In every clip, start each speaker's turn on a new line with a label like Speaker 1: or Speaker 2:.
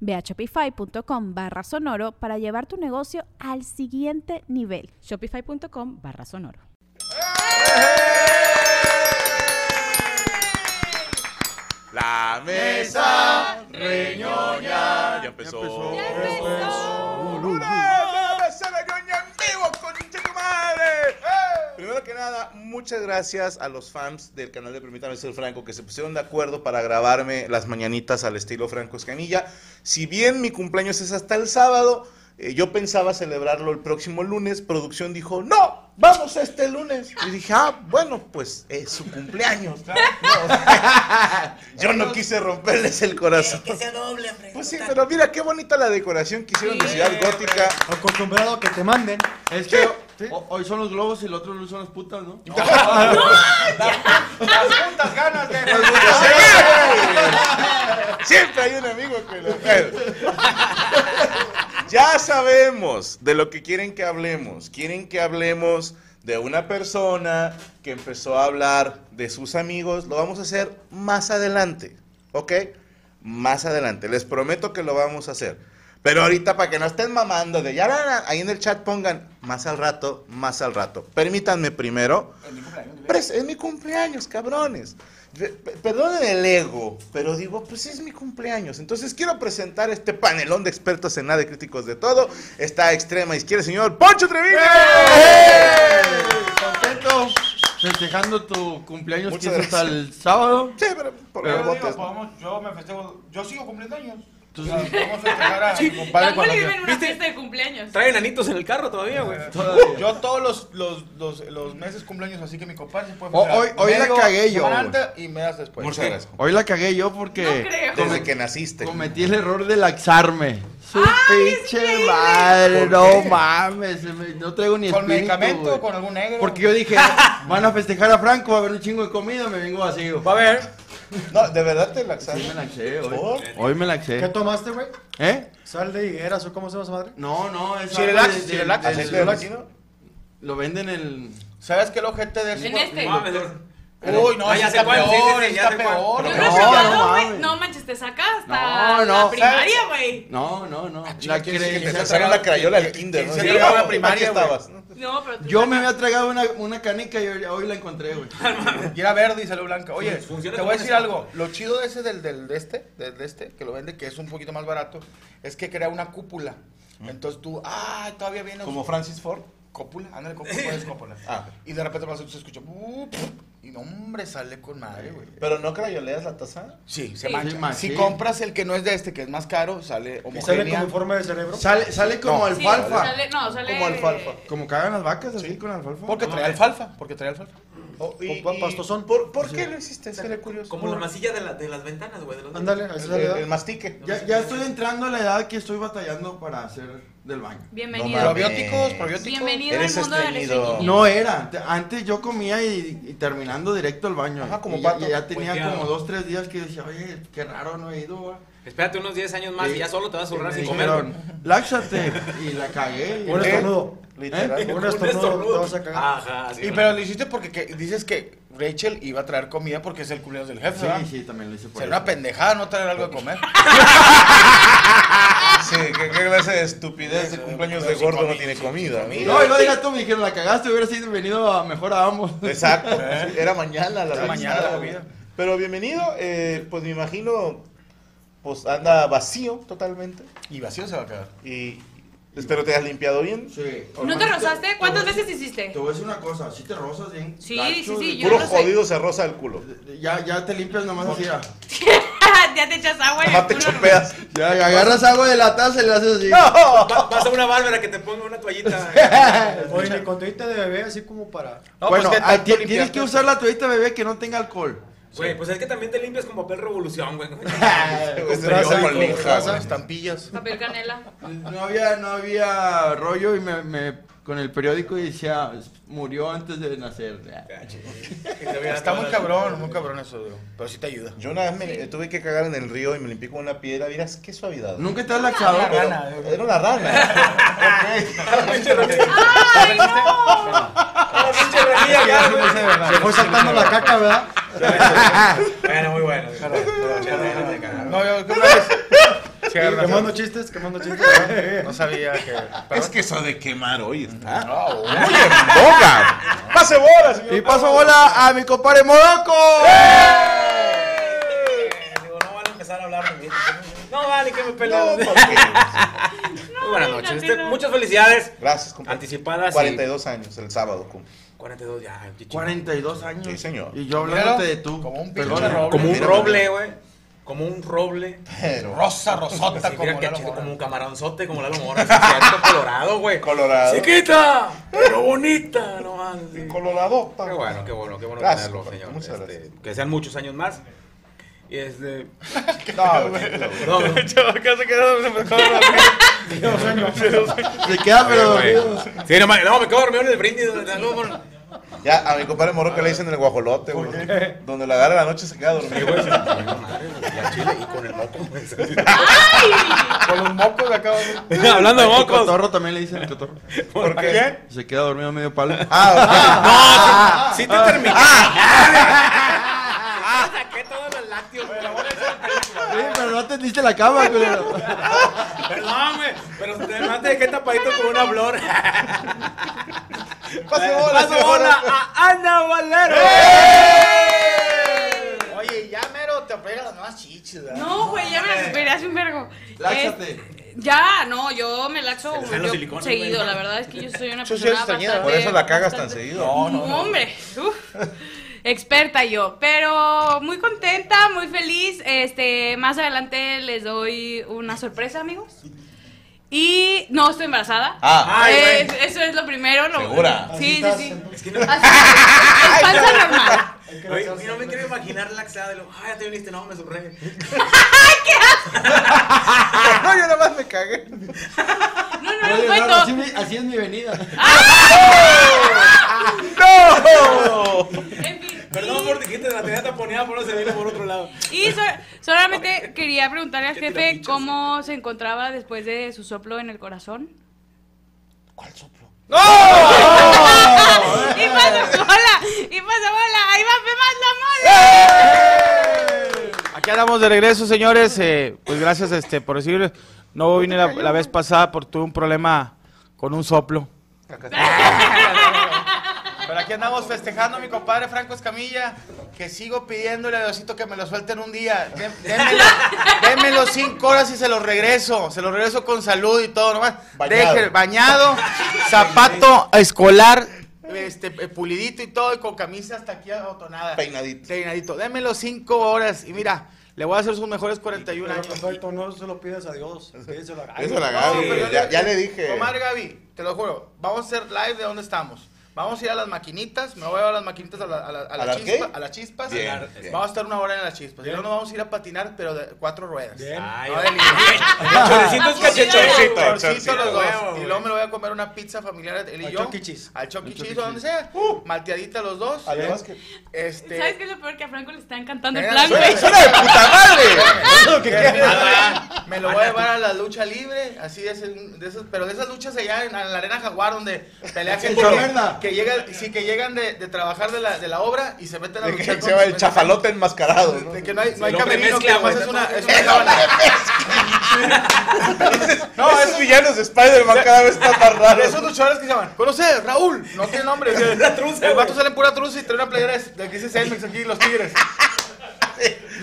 Speaker 1: Ve a shopify.com barra sonoro para llevar tu negocio al siguiente nivel.
Speaker 2: Shopify.com barra sonoro.
Speaker 3: La mesa reñoña. Ya empezó. Ya empezó. La mesa reñoña en vivo, concha tu madre. ¡Eh! Primero que nada, muchas gracias a los fans del canal de Permítame Ser Franco que se pusieron de acuerdo para grabarme las mañanitas al estilo Franco Escamilla. Si bien mi cumpleaños es hasta el sábado, eh, yo pensaba celebrarlo el próximo lunes. Producción dijo, no, vamos este lunes. Y dije, ah, bueno, pues es su cumpleaños. yo no quise romperles el corazón.
Speaker 4: Que sea doble, hombre.
Speaker 3: Pues sí,
Speaker 4: Total.
Speaker 3: pero mira qué bonita la decoración que hicieron de Ciudad Gótica.
Speaker 5: Acostumbrado a que te manden.
Speaker 6: Es que ho- hoy son los globos y el otro lunes son las putas, ¿no?
Speaker 3: Siempre hay un amigo que lo. Bueno. Ya sabemos de lo que quieren que hablemos. Quieren que hablemos de una persona que empezó a hablar de sus amigos. Lo vamos a hacer más adelante. ¿Ok? Más adelante. Les prometo que lo vamos a hacer. Pero ahorita para que no estén mamando de ya, na, na, ahí en el chat pongan más al rato, más al rato. Permítanme primero. Pres- Pues, es mi cumpleaños, cabrones. Pe- pe- Perdonen el ego, pero digo, pues es mi cumpleaños. Entonces quiero presentar este panelón de expertos en nada y críticos de todo. Está a extrema izquierda, el señor Poncho Treviño.
Speaker 7: ¡Eh!
Speaker 6: Contento, festejando tu cumpleaños
Speaker 3: Muchas
Speaker 6: que es hasta
Speaker 3: gracias.
Speaker 6: el sábado.
Speaker 3: Sí, pero por favor,
Speaker 6: Pero
Speaker 3: pues,
Speaker 7: Yo, digo,
Speaker 3: votes.
Speaker 7: podemos- yo me festejo, yo sigo cumpliendo años.
Speaker 6: Tú
Speaker 7: O sea,
Speaker 6: sí.
Speaker 7: Vamos a festejar a mi compadre
Speaker 8: Vamos
Speaker 7: cuando
Speaker 8: a
Speaker 7: sea.
Speaker 8: vivir en una fiesta de cumpleaños.
Speaker 9: Trae enanitos en el carro todavía, güey.
Speaker 6: Todavía.
Speaker 7: Yo todos los, los, los, los meses cumpleaños, así que mi compadre se puede
Speaker 6: Oh,
Speaker 7: festejar
Speaker 6: hoy- hoy la
Speaker 7: medio
Speaker 6: cagué yo,
Speaker 7: semana antes y me das después.
Speaker 3: Muchas gracias.
Speaker 6: Hoy la cagué yo porque
Speaker 8: No creo.
Speaker 3: Desde que naciste.
Speaker 6: cometí el error de laxarme. Su pinche madre,
Speaker 3: ¿Por
Speaker 6: no
Speaker 3: qué?
Speaker 6: mames, se me- no traigo ni
Speaker 7: ¿Con
Speaker 6: espíritu,
Speaker 7: medicamento
Speaker 6: güey.
Speaker 7: o con algún negro?
Speaker 6: Porque yo dije, van a festejar a Franco, va a haber un chingo de comida, me vengo vacío.
Speaker 9: Va a ver.
Speaker 3: No, de verdad te
Speaker 6: Hoy me
Speaker 3: laxaste.
Speaker 6: laxé,
Speaker 3: ¿Por?
Speaker 6: hoy. Hoy me
Speaker 5: ¿Qué
Speaker 6: laxé.
Speaker 5: tomaste, güey?
Speaker 6: ¿Eh?
Speaker 5: ¿Sal de higueras o cómo se llama esa madre?
Speaker 6: No, no, es algo
Speaker 7: Chirelax,
Speaker 6: de- de-
Speaker 7: chirelax,
Speaker 6: del-
Speaker 3: ¿Aceite
Speaker 7: de
Speaker 3: de laxino?
Speaker 6: Lo venden en...
Speaker 7: ¿Sabes qué lo gente de eso?
Speaker 8: En este.
Speaker 9: Mames,
Speaker 8: Yo
Speaker 7: Uy, no,
Speaker 9: Ah,
Speaker 7: ya
Speaker 9: ya
Speaker 7: está
Speaker 9: sé cuál, sí, sí,
Speaker 7: peor,
Speaker 9: sí, ya
Speaker 7: está
Speaker 9: sé cuál.
Speaker 7: peor.
Speaker 8: no,
Speaker 6: No,
Speaker 8: no,
Speaker 6: no
Speaker 8: no, güey.
Speaker 6: mames.
Speaker 8: No manches, te saca
Speaker 6: No,
Speaker 8: hasta
Speaker 6: no.
Speaker 8: la primaria, güey.
Speaker 6: No, no,
Speaker 3: Ah,
Speaker 6: no.
Speaker 7: chinga,
Speaker 6: La
Speaker 7: ¿quién es el que
Speaker 3: Te
Speaker 6: creencia.
Speaker 3: sacaron la crayola al kinder, ¿no?
Speaker 7: Sí,
Speaker 3: Sí,
Speaker 7: sí,
Speaker 3: no,
Speaker 7: la
Speaker 3: ¿para
Speaker 7: primaria,
Speaker 3: qué
Speaker 7: güey.
Speaker 3: estabas?
Speaker 8: No, pero tú
Speaker 6: Yo
Speaker 8: sacas-
Speaker 6: me había tragado una, una canica y hoy, hoy la encontré, güey.
Speaker 7: Y era verde y salió blanca. Oye,
Speaker 9: Funciona
Speaker 7: te voy
Speaker 9: como
Speaker 7: a
Speaker 9: un
Speaker 7: decir
Speaker 9: espejo.
Speaker 7: algo. Lo chido de ese del, del de este, del de este, que lo vende, que es un poquito más barato, es que crea una cúpula. Entonces tú, ay, todavía viene
Speaker 3: Mm. Como Francis Ford.
Speaker 7: cópula, ándale, cópula, puedes cópula.
Speaker 3: Ah.
Speaker 7: Y de repente pasa, se escucha, "Bu, puf", y no, hombre, sale con madre, güey.
Speaker 3: Pero no crayoleas la taza.
Speaker 7: Sí, se
Speaker 8: Sí.
Speaker 7: mancha.
Speaker 6: Sí, machín.
Speaker 7: si compras el que no es de este, que es más caro, sale
Speaker 5: ¿Y sale
Speaker 7: homogénea.
Speaker 5: como en forma de cerebro?
Speaker 6: Sale, sale como
Speaker 8: Sí,
Speaker 6: alfalfa.
Speaker 8: sale- no, sale.
Speaker 3: Como alfalfa.
Speaker 6: Como cagan las vacas así con alfalfa.
Speaker 7: porque trae alfalfa, porque trae alfalfa.
Speaker 3: Oh, y-
Speaker 5: pa-
Speaker 3: y-
Speaker 5: pastosón.
Speaker 3: ¿Por, por qué lo hiciste? Sería curioso.
Speaker 9: Como la masilla de, la- de las ventanas, güey. de los-
Speaker 5: Ándale, ahí
Speaker 3: El,
Speaker 5: sale.
Speaker 3: el
Speaker 5: ¿verdad?
Speaker 3: mastique.
Speaker 6: Ya, ya estoy entrando a la edad que estoy batallando para hacer del baño.
Speaker 3: No
Speaker 8: Bienvenido.
Speaker 3: mames.
Speaker 7: Probióticos, probióticos.
Speaker 8: Bienvenido al
Speaker 3: Eres
Speaker 8: mundo del
Speaker 3: estreñido.
Speaker 8: estreñimiento.
Speaker 6: No era. Te- Antes yo comía y, y terminando directo al baño.
Speaker 3: Ajá, como
Speaker 6: Y ya,
Speaker 3: pato.
Speaker 6: y ya tenía
Speaker 9: Puenteado.
Speaker 6: como dos, tres días que decía, oye, qué raro, no he ido. güey".
Speaker 9: Espérate unos 10 años más y ya solo te vas a
Speaker 6: Y me
Speaker 9: zurrar sin comer.
Speaker 6: dijeron, Láxate. Y la cagué. y-
Speaker 5: Un
Speaker 4: ¿Eh?
Speaker 5: estornudo.
Speaker 3: Literal.
Speaker 5: Un
Speaker 9: Un
Speaker 5: estornudo
Speaker 9: estornudo.
Speaker 5: te vas a cagar.
Speaker 9: Ajá, sí.
Speaker 7: Y pero lo hiciste porque que- dices que Rachel iba a traer comida porque es el culero del jefe, ¿verdad?
Speaker 6: Sí, sí, también lo hice por
Speaker 7: Sería una
Speaker 6: eso.
Speaker 7: pendejada no traer algo de comer.
Speaker 3: Sí, ¿qué, qué clase de estupidez de cumpleaños de gordo no tiene comida?
Speaker 6: No, y lo digas tú, me dijeron, la cagaste, hubiera sido venido a mejor a ambos.
Speaker 3: Exacto, sí, era mañana la
Speaker 7: Era mañana
Speaker 3: revisada,
Speaker 7: la
Speaker 3: güey.
Speaker 7: comida.
Speaker 3: Pero bienvenido, eh, pues me imagino, pues anda vacío totalmente.
Speaker 7: Y vacío se va a quedar.
Speaker 3: Y Espero te hayas limpiado bien.
Speaker 4: Sí.
Speaker 8: ¿No te rozaste? ¿Cuántas veces hiciste?
Speaker 4: Te voy a decir una cosa, si te rozas bien.
Speaker 8: Sí,
Speaker 4: gacho,
Speaker 8: sí, sí,
Speaker 4: de-
Speaker 8: Yo
Speaker 3: Puro
Speaker 8: no sé.
Speaker 3: jodido se roza el culo.
Speaker 4: Ya, ya te limpias nomás así. ah.
Speaker 8: ya te echas agua y
Speaker 3: Ajá, te chopeas.
Speaker 6: Ya, agarras agua de la taza y le haces así.
Speaker 9: Va- Vas a una bárbara que te ponga una toallita.
Speaker 5: Oye, ni con toallita de bebé, así como para.
Speaker 7: No,
Speaker 6: pues, bueno,
Speaker 7: pues, ¿qué
Speaker 6: ah, ti-
Speaker 7: tanto
Speaker 6: tienes
Speaker 7: limpiaste?
Speaker 6: que usar la toallita bebé que no tenga alcohol.
Speaker 9: Güey, pues es que también te limpias con papel revolución, güey.
Speaker 3: Este
Speaker 5: traza,
Speaker 3: yo con
Speaker 5: con
Speaker 3: lija,
Speaker 5: traza.
Speaker 3: güey.
Speaker 7: Estampillas.
Speaker 8: Papel canela.
Speaker 6: No había, no había rollo y me, me- con el periódico y decía murió antes de nacer.
Speaker 7: Está muy cabrón, muy cabrón eso, digo. Pero sí te ayuda.
Speaker 3: Yo una vez me eh, tuve que cagar en el río y me limpié con una piedra. Miras, qué suavidad.
Speaker 6: Nunca te has laxado.
Speaker 3: Pero- Era una rana.
Speaker 8: ¡Ay, no!
Speaker 9: Ah, pinche rejilla, ya, güey.
Speaker 5: Se fue saltando la caca, ¿verdad?
Speaker 9: Bueno, muy bueno. Pinche rejilla, ya, carajo.
Speaker 7: No, yo, ¿qué una vez? Sí, agarra-
Speaker 5: Quemando chistes, quemando chistes. ¿verdad?
Speaker 7: No sabía que.
Speaker 3: es que eso de quemar hoy está.
Speaker 7: No, güey.
Speaker 3: ¡Muy en boga! ¡Pase bola, señor!
Speaker 6: Y paso bola a mi compadre Modoco.
Speaker 9: Digo, no van a empezar a hablar de mí. No vale, que me
Speaker 3: No,
Speaker 5: pues.
Speaker 9: peleen.
Speaker 3: porque-
Speaker 9: Muy buenas noches.
Speaker 8: Imagínate,
Speaker 9: Este,
Speaker 8: no.
Speaker 9: muchas felicidades.
Speaker 3: Gracias, compadre. Ah,
Speaker 9: Anticipadas y-
Speaker 3: 42 años, el sábado, cum.
Speaker 9: 42 ya. qué chingón.
Speaker 6: 42 años.
Speaker 3: Sí, señor.
Speaker 6: Y yo hablándote de tú.
Speaker 7: Como un pinche
Speaker 6: Perdón.
Speaker 7: roble.
Speaker 9: Como un
Speaker 3: Mira,
Speaker 9: roble, güey. Como un roble.
Speaker 3: Pero.
Speaker 7: Rosa,
Speaker 9: Sí,
Speaker 7: rosota,
Speaker 9: mira
Speaker 7: como
Speaker 9: que
Speaker 7: Lalo
Speaker 9: chido,
Speaker 7: Mora.
Speaker 9: como un camaronzote, como Lalo Mora. así, cierto, colorado, güey.
Speaker 3: Colorado.
Speaker 9: Chiquita, pero bonita, no mames.
Speaker 3: Colorado.
Speaker 9: Qué bueno, qué bueno, qué bueno
Speaker 3: Gracias,
Speaker 9: tenerlo,
Speaker 3: compadre,
Speaker 9: señor.
Speaker 3: muchas
Speaker 9: Este,
Speaker 3: gracias.
Speaker 9: Que sean muchos años más. Y este.
Speaker 3: No, güey.
Speaker 9: No, no.
Speaker 6: Se queda pero dormido.
Speaker 9: Sí, no, ma- no, me quedo dormido en el brindis. de- de- luego, bueno.
Speaker 3: Ya, a mi compadre Morroca le dicen el guajolote, güey. Donde la agarra la noche se queda dormido.
Speaker 9: Y con el moco. güey.
Speaker 7: Con los mocos de acá. güey.
Speaker 9: Hablando de
Speaker 6: El
Speaker 9: mocos.
Speaker 6: cotorro también le dicen el cotorro.
Speaker 3: ¿Por qué?
Speaker 6: Se queda dormido a medio palo.
Speaker 3: Ah,
Speaker 9: No, sí, sí te terminé. Ah, saqué todos los lácteos, güey.
Speaker 6: Sí, pero no atendiste la cama, culero.
Speaker 9: Perdón, güey. Pero te- no te dejé tapadito con una flor.
Speaker 3: ok. Pase bola,
Speaker 9: Paso
Speaker 3: señor.
Speaker 9: bola a Ana Valero.
Speaker 6: ¡Eh!
Speaker 7: ¡Eh! Oye, ya mero te pegan las nuevas chichis, ¿verdad?
Speaker 8: No, güey, ya me las esperé hace un vergo.
Speaker 6: Láxate.
Speaker 8: Eh, ya, no, yo me laxo
Speaker 9: Se le salen
Speaker 8: yo
Speaker 9: los silicones,
Speaker 8: seguido.
Speaker 9: güey.
Speaker 8: La verdad es que yo soy una
Speaker 7: Yo soy
Speaker 8: persona
Speaker 7: extrañera.
Speaker 8: bastante...
Speaker 3: Por eso la cagas tan
Speaker 8: bastante-
Speaker 3: seguido.
Speaker 8: No, hombre, uf, experta yo, pero muy contenta, muy feliz. Este, más adelante les doy una sorpresa, amigos. Y no estoy embarazada.
Speaker 3: Ah.
Speaker 9: Ay,
Speaker 8: Eh,
Speaker 9: güey.
Speaker 8: eso es lo primero. Lo,
Speaker 3: ¿Segura?
Speaker 8: Sí, sí,
Speaker 5: Así estás,
Speaker 8: sí. Así, en panza normal.
Speaker 9: Oye, no me quiero imaginar laxada. y luego, Ay, ya te viniste, no, me sorprende.
Speaker 3: Ah, No, yo nada más me cagué.
Speaker 8: No, no, no,
Speaker 6: Oye,
Speaker 8: cuento.
Speaker 6: Eduardo, así, mi- así es mi venida.
Speaker 3: ¡No!
Speaker 8: En fin.
Speaker 9: Perdón por dijiste, la tenía taponeada, por no se viene por otro lado.
Speaker 8: Y so- solamente quería preguntarle al jefe cómo se encontraba después de su soplo en el corazón. ¿Cuál soplo? ¡No! y pasa bola, y pasa bola, ahí va Femas
Speaker 7: ¡Eh!
Speaker 10: Aquí andamos de regreso, señores. eh, pues gracias este, por recibir. No vine la, la vez pasada porque tuve un problema con un soplo.
Speaker 7: Pero aquí andamos festejando a mi compadre Franco Escamilla, que sigo pidiéndole a Diosito que me lo suelten un día. Dé- Démelo, démelo cinco horas y se lo regreso. Se lo regreso con salud y todo nomás.
Speaker 3: Bañado.
Speaker 7: Deje- bañado, zapato escolar, este, eh, pulidito y todo, y con camisa hasta aquí abotonada.
Speaker 3: Peinadito.
Speaker 7: Peinadito. Démelo cinco horas y mira, le voy a hacer sus mejores 41
Speaker 5: Pero,
Speaker 7: años.
Speaker 5: perfecto, no se lo pides a Dios. Pídeselo a Gaby.
Speaker 3: Eso la Gaby,
Speaker 7: No, pero
Speaker 3: ya, ya le dije.
Speaker 7: Omar Gaby, te lo juro, vamos a hacer live de dónde estamos. Vamos a ir a las maquinitas, me voy a llevar las maquinitas a, la- a la- a la
Speaker 3: ¿A las
Speaker 7: chispa-
Speaker 3: qué?
Speaker 7: a las chispas.
Speaker 3: Bien,
Speaker 7: A la-
Speaker 3: bien.
Speaker 7: Vamos a estar una hora en las chispas. Y luego nos vamos a ir a patinar, pero de cuatro ruedas.
Speaker 5: Bien. Ah,
Speaker 9: Ay,
Speaker 7: No, de línea.
Speaker 9: Chorecitos
Speaker 7: pues,
Speaker 3: Chorcito,
Speaker 9: cachetones.
Speaker 7: Chorcito los dos.
Speaker 9: Huevo,
Speaker 7: Y
Speaker 9: güey.
Speaker 7: luego me lo voy a comer una pizza familiar él y
Speaker 5: Al
Speaker 7: yo.
Speaker 5: Chuck E. Cheese.
Speaker 7: Al Chuck E.
Speaker 6: Al Chuck E.
Speaker 7: Cheese o donde sea. Malteadita los dos.
Speaker 3: Además que.
Speaker 7: Este.
Speaker 8: ¿Sabes qué es lo peor? Que a Franco le está encantando el
Speaker 7: Mira,
Speaker 8: plan,
Speaker 3: ¡Suena,
Speaker 8: güey.
Speaker 3: suena de puta madre!
Speaker 5: Es lo Ah, que quieres.
Speaker 7: Me lo voy a llevar a la lucha libre, así de, ese- de esas, pero de esas luchas allá en, en la arena jaguar donde pelea gente
Speaker 6: Por
Speaker 7: que,
Speaker 6: verdad.
Speaker 7: que llega, sí que llegan de, de trabajar de la, de la obra y se meten a
Speaker 3: De
Speaker 7: luchar.
Speaker 3: que se
Speaker 7: con
Speaker 3: llama
Speaker 7: sus
Speaker 3: el
Speaker 7: vecinos.
Speaker 3: chafalote enmascarado, ¿no?
Speaker 7: De que no hay, no hay
Speaker 9: El hombre
Speaker 7: camerino, que
Speaker 9: mezcla,
Speaker 7: nomás
Speaker 9: güey.
Speaker 7: es una, es una
Speaker 3: ¡El hombre
Speaker 7: sábana.
Speaker 3: mezcla! No, esos villanos de Spider-Man cada vez están más
Speaker 7: De
Speaker 3: raros.
Speaker 7: esos luchadores que se llaman, conoce Raúl, no tiene nombre.
Speaker 9: Una truza,
Speaker 7: el vato
Speaker 9: güey.
Speaker 7: sale en pura truza y trae una playera de, de que dice Celmex aquí, los tigres.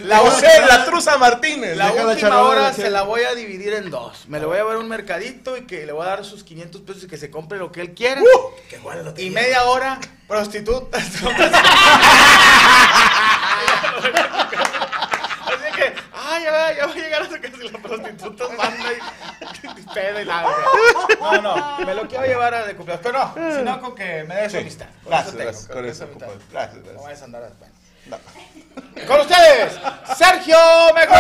Speaker 7: La
Speaker 3: usé,
Speaker 7: última-
Speaker 3: la truza Martínez.
Speaker 7: La
Speaker 3: Deja la
Speaker 7: última
Speaker 3: charola,
Speaker 7: hora
Speaker 3: sí.
Speaker 7: se la voy a dividir en dos. Me le voy a ver un mercadito y que le voy a dar sus 500 pesos y que se compre lo que él quiera.
Speaker 3: ¡Uh!
Speaker 7: y media hora, prostitutas. Así que, ah, ya va, ya va a llegar a su casa y las prostitutas van y, y pedo y la No, no, me lo quiero llevar a de cumpleaños. Pero no, sino con que me dé su
Speaker 3: Sí.
Speaker 7: amistad. Con
Speaker 3: Gracias,
Speaker 7: eso tengo,
Speaker 3: gracias, con eso,
Speaker 7: esa amistad.
Speaker 3: compadre. Gracias,
Speaker 7: No
Speaker 3: gracias.
Speaker 7: vayas a andar a- bueno. Con ustedes, Sergio Mejor.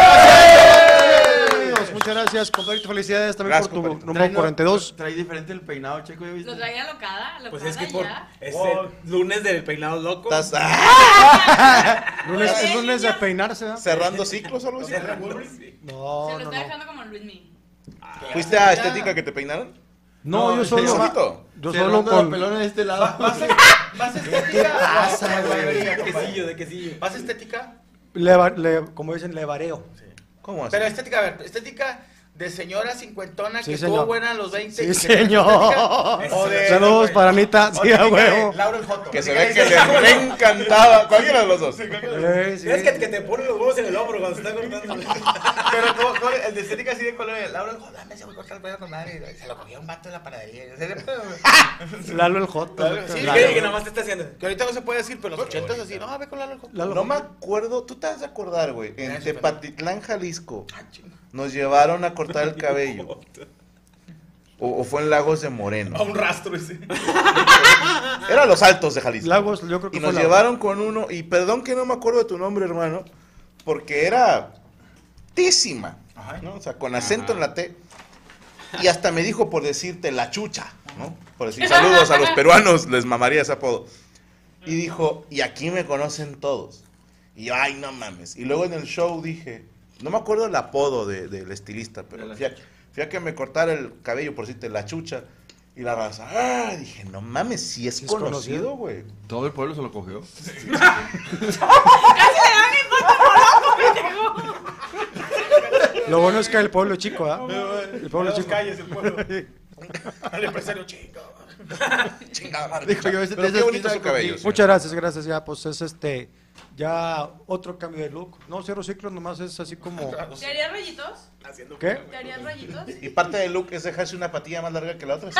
Speaker 5: Bienvenidos, Pues, Muchas gracias, compadre. Felicidades también
Speaker 3: Gracias,
Speaker 5: por tu
Speaker 3: compadre.
Speaker 5: número 42.
Speaker 6: Trae diferente el peinado, Checo, ¿ya viste?
Speaker 8: Lo traía locada, locada
Speaker 9: Pues es que por
Speaker 8: Ah, ya.
Speaker 9: es el lunes del peinado loco.
Speaker 3: Estás- ¡Ah!
Speaker 5: Lunes, es lunes de peinarse, ¿verdad?
Speaker 3: Cerrando ciclos o algo así.
Speaker 8: Se
Speaker 5: No,
Speaker 8: lo
Speaker 5: no,
Speaker 8: está
Speaker 5: no.
Speaker 8: dejando como Luis Mi.
Speaker 3: ¿Fuiste a estética que te peinaron?
Speaker 5: No, yo
Speaker 6: No,
Speaker 5: solo,
Speaker 6: yo-
Speaker 3: Solito.
Speaker 5: yo solo
Speaker 6: Cerrando los
Speaker 5: con...
Speaker 6: pelones de este lado.
Speaker 7: ¿Vas, vas estética?
Speaker 5: pasa,
Speaker 7: Vas-
Speaker 5: güey?
Speaker 7: vas-
Speaker 9: De quesillo, de quesillo.
Speaker 7: ¿Vas estética?
Speaker 5: le va- le- como dicen, le vareo.
Speaker 3: ¿Cómo así?
Speaker 7: Pero estética, a ver, estética de señora cincuentona
Speaker 5: Sí,
Speaker 7: que estuvo
Speaker 5: señor.
Speaker 7: buena a los 20.
Speaker 5: Sí,
Speaker 7: que-
Speaker 5: señor.
Speaker 7: estética, o de-
Speaker 5: Saludos para Anita,
Speaker 7: o
Speaker 5: sí,
Speaker 7: de-
Speaker 5: a huevo.
Speaker 7: Laura el Joto.
Speaker 3: Que se ve que le le encantaba. Cualquiera de los dos.
Speaker 5: Eh, sí.
Speaker 9: Es que, que te ponen los huevos en el hombro cuando se está cortando.
Speaker 7: Pero como- como el de estética así de color, Laura el Joto, dame ese güey corta el pelo con madre. y Se lo cogió un vato en la panadería. ¿En serio?
Speaker 5: Lalo el Joto.
Speaker 7: Sí,
Speaker 9: Y
Speaker 7: Claro.
Speaker 9: que, y que nada más te está haciendo.
Speaker 7: Que ahorita no se puede decir, pero en los ochentas así, no, ve con Laura el Joto.
Speaker 5: Lalo.
Speaker 3: No me acuerdo, tú te vas a acordar, güey. En
Speaker 7: Gracias,
Speaker 3: Tepatitlán, Jalisco, nos llevaron a cortar el cabello. O, o fue en Lagos de Moreno.
Speaker 9: A un rastro ese.
Speaker 3: Era los altos de Jalisco.
Speaker 5: Lagos, yo creo que
Speaker 3: Y
Speaker 5: fue
Speaker 3: nos
Speaker 5: Lagos.
Speaker 3: llevaron con uno, y perdón que no me acuerdo de tu nombre, hermano, porque era tísima, ¿no? O sea, con acento en la T. Y hasta me dijo por decirte la chucha, ¿no? Por decir saludos a los peruanos, les mamaría ese apodo. Y dijo, y aquí me conocen todos. Y yo, ay, no mames. Y luego en el show dije, no me acuerdo el apodo de- del estilista, pero fui a, fui a que me cortara el cabello por decirte la chucha. Y la raza, ah, dije, no mames, si es,
Speaker 5: Sí es
Speaker 3: conocido,
Speaker 5: conocido.
Speaker 3: güey.
Speaker 6: Todo el pueblo se lo cogió.
Speaker 8: Casi le dan el voto por loco, pendejo.
Speaker 5: Lo bueno es que el pueblo es chico, ¿verdad? El pueblo es
Speaker 7: Dos
Speaker 5: chico.
Speaker 7: calles, el pueblo. El empresario chico.
Speaker 3: Chingada madre.
Speaker 6: Dijo yo, ese
Speaker 3: Pero qué
Speaker 6: esa
Speaker 3: bonito su
Speaker 6: esquina
Speaker 3: cabello.
Speaker 6: contigo.
Speaker 5: Muchas gracias, gracias. Ya, pues es este. Ya otro cambio de look. No, cero ciclos nomás es así como.
Speaker 8: ¿Te harías rollitos?
Speaker 5: ¿Qué?
Speaker 8: ¿Te harías rollitos?
Speaker 3: Y parte del look es dejarse una patilla más larga que la otra. sí.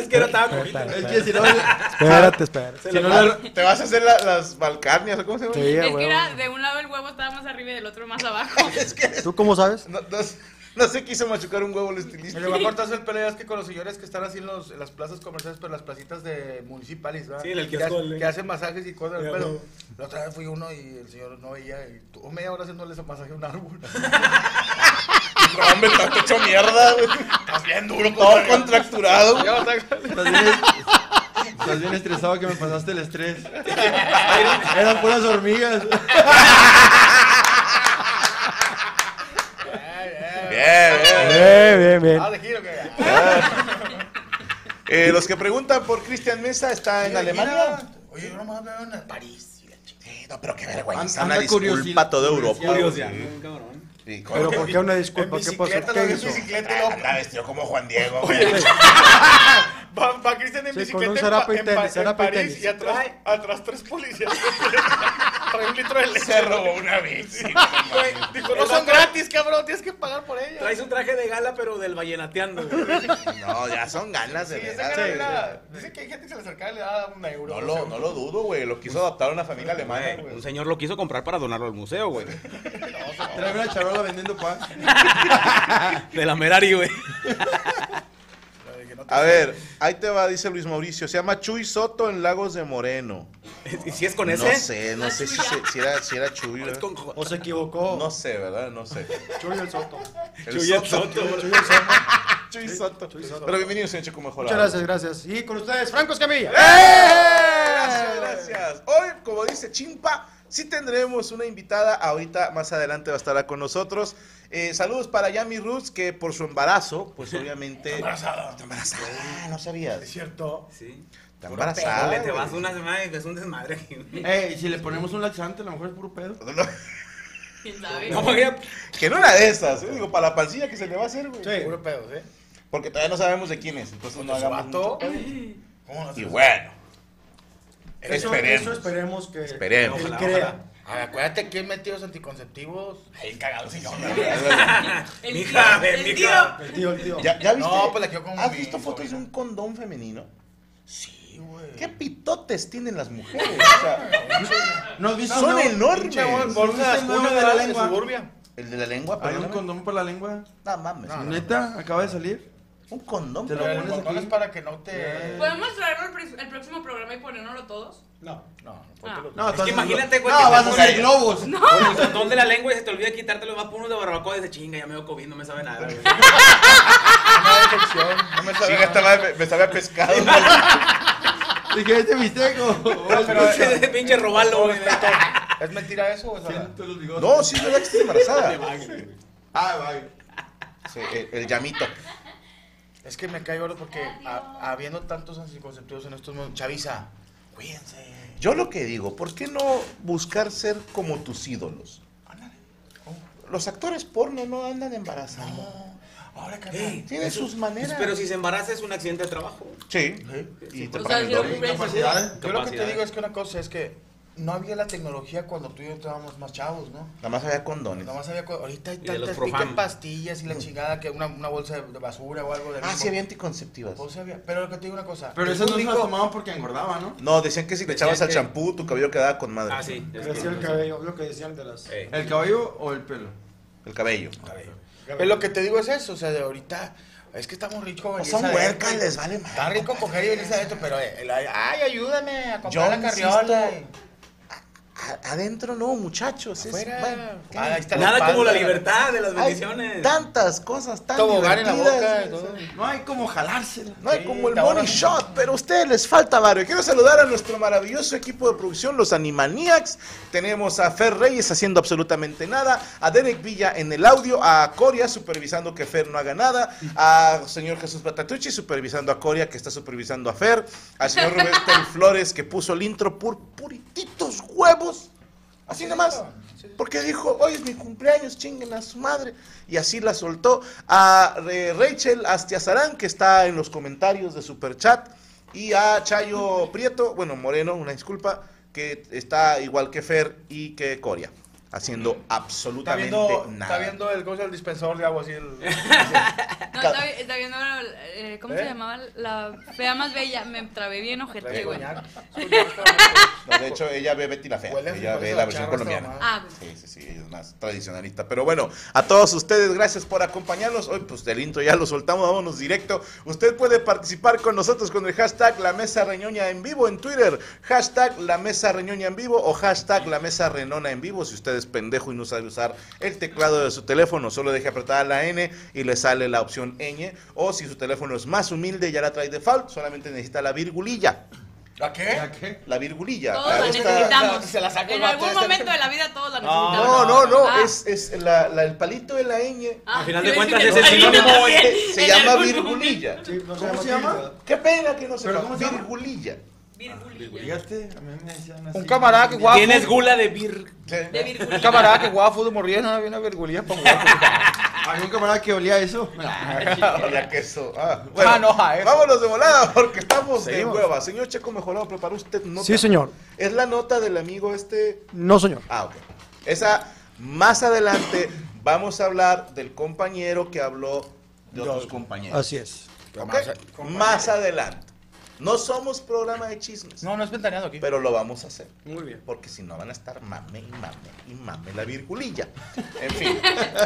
Speaker 9: Es que era tan bonito.
Speaker 6: Es que si no, si
Speaker 5: Espérate, espérate.
Speaker 6: no la-
Speaker 3: Te vas a hacer la- las balcarnias, o ¿cómo se llama?
Speaker 5: Sí, a
Speaker 8: es que
Speaker 5: huevo.
Speaker 8: era de un lado el huevo estaba más arriba y del otro más abajo.
Speaker 5: ¿Tú cómo sabes?
Speaker 3: No, no- no se quiso machucar un huevo el estilista.
Speaker 7: Me lo va a cortarse el pelo, ya es que con los señores que están así en, los, en las plazas comerciales, pero las placitas de municipales, ¿verdad?
Speaker 9: Sí, en el
Speaker 7: que,
Speaker 9: kiosco,
Speaker 7: hacen-
Speaker 9: ¿eh?
Speaker 7: que hacen masajes y cosas del
Speaker 9: Ya,
Speaker 7: pelo.
Speaker 9: no.
Speaker 7: La otra vez fui uno y el señor no veía y tuvo media hora haciéndole ese masaje a un árbol.
Speaker 3: No, hombre, está hecho mierda, güey.
Speaker 7: Estás bien duro,
Speaker 3: Todo contracturado. güey.
Speaker 7: Ya, o sea,
Speaker 6: estás bien, estás bien estresado que me pasaste el estrés. Eran puras hormigas.
Speaker 3: Bien, bien.
Speaker 5: Bien, bien, bien.
Speaker 7: Ah, de giro que.
Speaker 3: Eh, los que preguntan por Cristian Mesa está en Alemania.
Speaker 7: Oye, yo nomás veo en París. y la chingada.
Speaker 3: Sí, no, pero qué vergüenza.
Speaker 6: Anda
Speaker 3: Una
Speaker 6: curiosidad.
Speaker 3: disculpa todo Europa.
Speaker 9: Curiosidad,
Speaker 3: güey.
Speaker 9: ¿no, cabrón.
Speaker 3: Sí, ¿cómo
Speaker 5: Pero
Speaker 3: que-
Speaker 5: ¿por qué una
Speaker 7: En
Speaker 5: disculpa? ¿Qué pasó?
Speaker 7: bicicleta, lo
Speaker 5: ¿Qué
Speaker 7: vi en
Speaker 5: hizo?
Speaker 7: bicicleta y
Speaker 3: Ah,
Speaker 7: luego-
Speaker 3: Anda vestido como Juan Diego, güey.
Speaker 7: Va, va Cristian en
Speaker 5: Sí,
Speaker 7: bicicleta.
Speaker 5: con un
Speaker 7: en
Speaker 5: zarape
Speaker 7: Pa-
Speaker 5: y
Speaker 7: en
Speaker 5: tenis,
Speaker 7: Pa- en
Speaker 5: zarape y
Speaker 7: París
Speaker 5: tenis.
Speaker 7: Y atrás, atrás tres policías. Trae un litro de leche.
Speaker 3: Se robó una bici.
Speaker 7: Güey, Dijo, no son gratis, cabrón. Tienes que pagar por ella.
Speaker 9: Traes un traje de gala, pero del vallenateando. güey.
Speaker 3: No, ya son ganas de
Speaker 7: Sí, esa
Speaker 3: veras,
Speaker 7: cara
Speaker 3: güey.
Speaker 7: era- Dice que hay gente que se le acercaba y le daba un euro.
Speaker 3: Ah, No lo, no lo dudo, güey. Lo quiso adaptar a una familia
Speaker 7: Pues,
Speaker 3: alemana, güey.
Speaker 11: Eh, Un señor lo quiso comprar para donarlo al museo, güey.
Speaker 6: Trae una charola vendiendo pan.
Speaker 11: De la Merari, güey.
Speaker 3: A ver, ahí te va, dice Luis Mauricio. Se llama Chuy Soto en Lagos de Moreno.
Speaker 11: ¿Y si es con
Speaker 3: No
Speaker 11: ese?
Speaker 3: sé, no sé si, se- si era, si era Chuy.
Speaker 11: Es
Speaker 3: ¿verdad?
Speaker 11: con J.
Speaker 5: ¿O se equivocó?
Speaker 3: No sé, ¿verdad? No sé.
Speaker 5: Chuy el Soto.
Speaker 3: El
Speaker 11: Chuy el Soto.
Speaker 3: Chuy Soto. Pero bienvenido, señor Checo Mejorado.
Speaker 5: Muchas gracias, gracias. Y con ustedes, Franco Escamilla.
Speaker 3: ¡Eh! Gracias, gracias. Hoy, como dice Chimpa, sí tendremos una invitada. Ahorita, más adelante, va a estar con nosotros. Eh, saludos para Yami Roots, que por su embarazo, pues obviamente. Está embarazada. Está embarazada, no sabías.
Speaker 7: Es cierto.
Speaker 9: Sí.
Speaker 3: Está
Speaker 9: Puro
Speaker 3: embarazada.
Speaker 9: pedo, Te
Speaker 3: güey.
Speaker 9: vas una semana y es un desmadre. güey.
Speaker 6: Ey, si le ponemos un laxante, a lo mejor es puro pedo.
Speaker 8: ¿Quién sabe?
Speaker 9: No, porque
Speaker 3: Que en una de esas, ¿eh? digo, para la pancilla que se le va a hacer, güey.
Speaker 5: Sí.
Speaker 7: Puro pedo, ¿eh?
Speaker 3: Porque todavía no sabemos de quién es, entonces no
Speaker 7: Su
Speaker 3: hagamos
Speaker 7: vato.
Speaker 3: mucho.
Speaker 7: ¿Cómo no
Speaker 3: Y bueno,
Speaker 5: Eso,
Speaker 3: esperemos.
Speaker 5: eso esperemos que
Speaker 3: Esperemos.
Speaker 5: él
Speaker 9: Ojalá,
Speaker 5: crea.
Speaker 9: ojalá.
Speaker 7: A ver, acuérdate quién metió los anticonceptivos.
Speaker 11: Ahí cagado, señor.
Speaker 7: El
Speaker 11: Mija,
Speaker 7: tío,
Speaker 11: ve,
Speaker 7: el
Speaker 11: mija.
Speaker 7: tío.
Speaker 5: El tío, el tío.
Speaker 3: ¿Ya, ya viste?
Speaker 7: No, pues la quiero como
Speaker 3: ¿Has
Speaker 7: mi
Speaker 3: visto fotos de un condón femenino? Sí, güey. ¿Qué pitotes tienen las mujeres? O sea,
Speaker 6: ¿No has visto?
Speaker 3: Son
Speaker 6: Ah, No,
Speaker 3: enormes.
Speaker 6: pinche bol- bolsas,
Speaker 3: ¿No has visto el
Speaker 6: una
Speaker 3: nuevo
Speaker 6: de la
Speaker 3: de
Speaker 6: lengua?
Speaker 3: Suburbia? El de la lengua,
Speaker 6: ¿Hay un
Speaker 3: perdóname.
Speaker 6: condón para la lengua?
Speaker 3: No mames. no, no.
Speaker 6: ¿Neta? ¿Acaba de salir?
Speaker 3: Un condón.
Speaker 6: ¿Te lo
Speaker 7: Pero el
Speaker 6: pones
Speaker 7: condón
Speaker 6: aquí?
Speaker 7: es para que no te.
Speaker 8: ¿Podemos traerlo al pr- el próximo programa y ponérnoslo todos?
Speaker 5: No.
Speaker 7: No,
Speaker 8: Ah.
Speaker 6: No,
Speaker 11: Es que imagínate, güey.
Speaker 6: No,
Speaker 11: que
Speaker 6: vas a
Speaker 11: estás
Speaker 6: hacer
Speaker 11: con-
Speaker 6: globos.
Speaker 11: Con el cantón de la lengua y se te olvida quitártelo, vas por uno de barbacoa y dices, chinga, ya me veo COVID, no me sabe nada, güey.
Speaker 7: Una detección. No me
Speaker 3: Sí, ya
Speaker 7: sabía.
Speaker 3: estaba- me, me sabe a pescado.
Speaker 6: Dije, este bisteco.
Speaker 7: No, pero-
Speaker 9: eh,
Speaker 11: Pinche- Pinche robalo, güey.
Speaker 7: ¿Es mentira eso o es verdad?
Speaker 6: Siento los bigotes.
Speaker 3: No, sí, es verdad que estoy embarazada.
Speaker 6: Ah, vale.
Speaker 3: Sí, el, el llamito.
Speaker 7: Es que me cae gordo porque a- habiendo tantos anticonceptivos en estos momentos. Chavisa, cuídense.
Speaker 3: Yo lo que digo, ¿por qué no buscar ser como tus ídolos? Los actores porno no andan embarazados.
Speaker 7: Ahora, carnal.
Speaker 11: Ey,
Speaker 3: Tienen sus maneras.
Speaker 9: Pues,
Speaker 11: Pero si se embaraza es un accidente de trabajo.
Speaker 3: Sí.
Speaker 7: ¿Eh?
Speaker 3: Y
Speaker 7: pues,
Speaker 3: te
Speaker 8: O
Speaker 3: pagan
Speaker 8: sea,
Speaker 3: el
Speaker 8: si lo
Speaker 3: doble.
Speaker 8: cumple el seguro.
Speaker 6: Capacidades.
Speaker 7: Yo lo que te
Speaker 11: Capacidades.
Speaker 7: digo es que una cosa es que no había la tecnología cuando tú y yo estábamos más chavos, ¿no?
Speaker 3: Nada más había condones.
Speaker 7: Nada más había. co- Ahorita hay
Speaker 11: Y de los
Speaker 7: tantas
Speaker 11: Profam.
Speaker 7: pique pastillas y la chingada que una, una bolsa de, de basura o algo de
Speaker 3: Ah, sí, había anticonceptivas.
Speaker 7: Pero lo que te digo una cosa.
Speaker 6: Pero
Speaker 7: es
Speaker 6: esas no
Speaker 7: muy
Speaker 6: se las
Speaker 7: rico-
Speaker 6: tomaban porque engordaba, ¿no?
Speaker 3: No, decían que si le echabas al
Speaker 11: que-
Speaker 3: champú, tu cabello quedaba con madre.
Speaker 11: Ah, sí. es que-
Speaker 5: Crecía el cabello, lo que decían de las.
Speaker 11: Ey.
Speaker 6: ¿El cabello o el pelo?
Speaker 3: El cabello.
Speaker 7: Pero lo que te digo es eso, o sea, de ahorita. Es que estamos ricos.
Speaker 3: Pues son huercas, les vale más.
Speaker 7: Está rico coger y venirse adentro, pero. eh, el- ay, ayúdame a
Speaker 3: Yo
Speaker 7: comprar la carriola.
Speaker 3: insisto, A- Adentro no, muchachos. Es,
Speaker 7: Afuera.
Speaker 3: bueno,
Speaker 7: Ah, ahí está
Speaker 11: Nada como la
Speaker 7: espalda.
Speaker 11: libertad de las
Speaker 3: hay
Speaker 11: bendiciones.
Speaker 3: tantas cosas tan
Speaker 7: Tobogán en la boca.
Speaker 3: divertidas.
Speaker 7: y todo.
Speaker 6: No hay como jalársela.
Speaker 3: No hay
Speaker 7: Sí,
Speaker 3: como el
Speaker 7: te ahorras
Speaker 3: money
Speaker 7: un-
Speaker 3: shot, pero a ustedes les falta barrio. Quiero saludar a nuestro maravilloso equipo de producción, los Animaniacs. Tenemos a Fer Reyes haciendo absolutamente nada, a Derek Villa en el audio, a Coria supervisando que Fer no haga nada, a señor Jesús Batatucci supervisando a Coria que está supervisando a Fer, al señor Roberto Flores que puso el intro por purititos huevos. Así nada más. Porque dijo, hoy es mi cumpleaños, chinguen a su madre. Y así la soltó a eh, Rachel Astiazarán, que está en los comentarios de Superchat. Y a Chayo Prieto, bueno, Moreno, una disculpa, que está igual que Fer y que Coria. Haciendo
Speaker 7: Está
Speaker 3: absolutamente
Speaker 7: viendo,
Speaker 3: nada.
Speaker 7: está viendo el cosa del dispensador de agua así. El,
Speaker 8: No, está, vi- está viendo, eh, ¿cómo se llamaba? La fea más bella. Me trabé bien ojete,
Speaker 7: Trae
Speaker 8: güey.
Speaker 7: coñac.
Speaker 3: No, Eh, de hecho, ella ve Betty la Fea.
Speaker 7: Huele a
Speaker 3: ella
Speaker 7: frijoles
Speaker 3: ve
Speaker 7: a
Speaker 3: la
Speaker 7: la
Speaker 3: versión
Speaker 7: charra, esta
Speaker 3: colombiana.
Speaker 8: mamada. Ah, ok.
Speaker 3: Sí, sí, sí, ella es más tradicionalista. Pero bueno, a todos ustedes, gracias por acompañarnos. Hoy, pues del intro ya lo soltamos, vámonos directo. Usted puede participar con nosotros con el hashtag La Mesa Reñoña en Vivo en Twitter, hashtag La Mesa Reñoña en Vivo o hashtag La Mesa Renona en Vivo. Si usted es pendejo y no sabe usar el teclado de su teléfono, solo deje apretada la N y le sale la opción ñ. O si su teléfono es más humilde, ya la trae default, solamente necesita la virgulilla.
Speaker 7: ¿A qué?
Speaker 6: ¿Ya qué?
Speaker 3: La virgulilla.
Speaker 8: Todos
Speaker 3: la
Speaker 8: la
Speaker 3: esta-
Speaker 8: necesitamos.
Speaker 7: se la saco el
Speaker 8: en
Speaker 7: vato
Speaker 8: algún
Speaker 7: este.
Speaker 8: momento de la vida todos la
Speaker 11: No,
Speaker 8: necesitamos.
Speaker 3: No, no, no,
Speaker 8: Ah,
Speaker 3: es, es la, la- el palito de la ñ.
Speaker 8: ah,
Speaker 11: Al final
Speaker 8: yo
Speaker 11: de
Speaker 8: pensé
Speaker 11: cuentas
Speaker 8: que
Speaker 11: es el
Speaker 8: tú también,
Speaker 11: sinónimo
Speaker 3: este, Se, se
Speaker 8: en
Speaker 3: llama
Speaker 8: algún
Speaker 3: virgulilla.
Speaker 5: Sí, no
Speaker 6: ¿Cómo se llama?
Speaker 5: tilda.
Speaker 3: Qué pena que no se
Speaker 6: ¿Pero
Speaker 3: llama
Speaker 6: cómo se llama?
Speaker 3: virgulilla.
Speaker 8: Virgulilla.
Speaker 6: Fíjate, a mí me decían así.
Speaker 7: Un camarada que guapo.
Speaker 11: Tienes gula de vir.
Speaker 8: De
Speaker 7: Un
Speaker 8: virgulilla.
Speaker 7: camarada que jugaba fútbol morría, no había una virgulilla para jugar.
Speaker 6: Había un camarada que olía a eso.
Speaker 3: Olía queso. Ah, bueno,
Speaker 7: Ah, no, a eso.
Speaker 3: vámonos de volada porque estamos
Speaker 7: Seguimos.
Speaker 3: de hueva. Señor Checo Mejorado, ¿preparó usted nota?
Speaker 5: Sí, señor.
Speaker 3: ¿Es la nota del amigo este?
Speaker 5: No, señor.
Speaker 3: Ah, ok. Esa, más adelante vamos a hablar del compañero que habló de otros compañeros.
Speaker 5: Así es.
Speaker 3: ¿ok? Más adelante. No somos programa de chismes.
Speaker 7: No, no es ventaneado aquí.
Speaker 3: Pero lo vamos a hacer.
Speaker 11: Muy bien.
Speaker 3: Porque si no van a estar mame y mame y mame la virgulilla. En fin.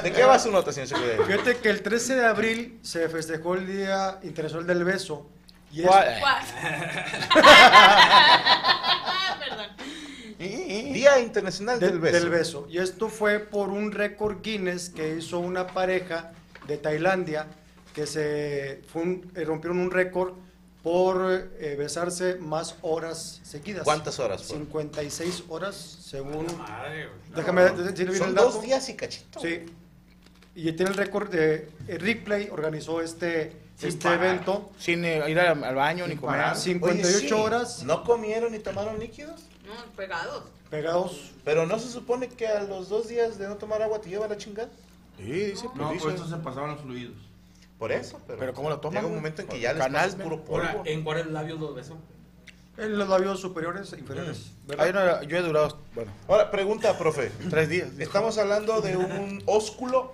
Speaker 3: ¿De qué va su nota, señor secretario?
Speaker 5: Fíjate que el 13 de abril se festejó el Día Internacional del Beso. Y es-
Speaker 8: ¿Cuál? Perdón.
Speaker 3: Día Internacional
Speaker 5: de-
Speaker 3: del Beso.
Speaker 5: Y esto fue por un récord Guinness que hizo una pareja de Tailandia que se fue un- eh, rompieron un récord por eh, besarse más horas seguidas.
Speaker 3: ¿Cuántas horas fueron?
Speaker 5: 56 horas, según.
Speaker 11: Ah, Madre, güey.
Speaker 5: Déjame decir bien
Speaker 3: Son
Speaker 5: el
Speaker 3: dos
Speaker 5: dato.
Speaker 3: días y cachito.
Speaker 5: Sí. Y tiene el récord de eh, Rick Play organizó este,
Speaker 6: Sin
Speaker 5: este
Speaker 6: parar.
Speaker 5: evento.
Speaker 7: Sin eh, ir al, al baño ni comer.
Speaker 6: parar.
Speaker 7: Sí.
Speaker 5: 58
Speaker 3: Oye, sí,
Speaker 5: horas
Speaker 3: ¿No comieron ni tomaron líquidos?
Speaker 8: No, pegados.
Speaker 5: pegados.
Speaker 3: Pero no se supone que a los dos días de no tomar agua te lleva la chingada.
Speaker 7: dice,
Speaker 6: No,
Speaker 7: pues,
Speaker 6: por
Speaker 7: dice.
Speaker 6: eso se pasaban los fluidos.
Speaker 3: Por eso, pero.
Speaker 7: Pero ¿cómo lo toman,
Speaker 3: Llega un
Speaker 7: güey?
Speaker 3: momento en que
Speaker 7: Por
Speaker 3: ya
Speaker 7: el
Speaker 3: les
Speaker 7: canal, eh.
Speaker 3: canal
Speaker 7: güey.
Speaker 3: puro polvo.
Speaker 11: Ahora, ¿en cuáles labios los besó?
Speaker 5: Eh, En los labios superiores e inferiores. ¿verdad?
Speaker 7: Ay, no, yo he durado. Bueno.
Speaker 3: Ahora, pregunta, profe.
Speaker 7: Tres días.
Speaker 3: ¿Estamos hablando de un ósculo?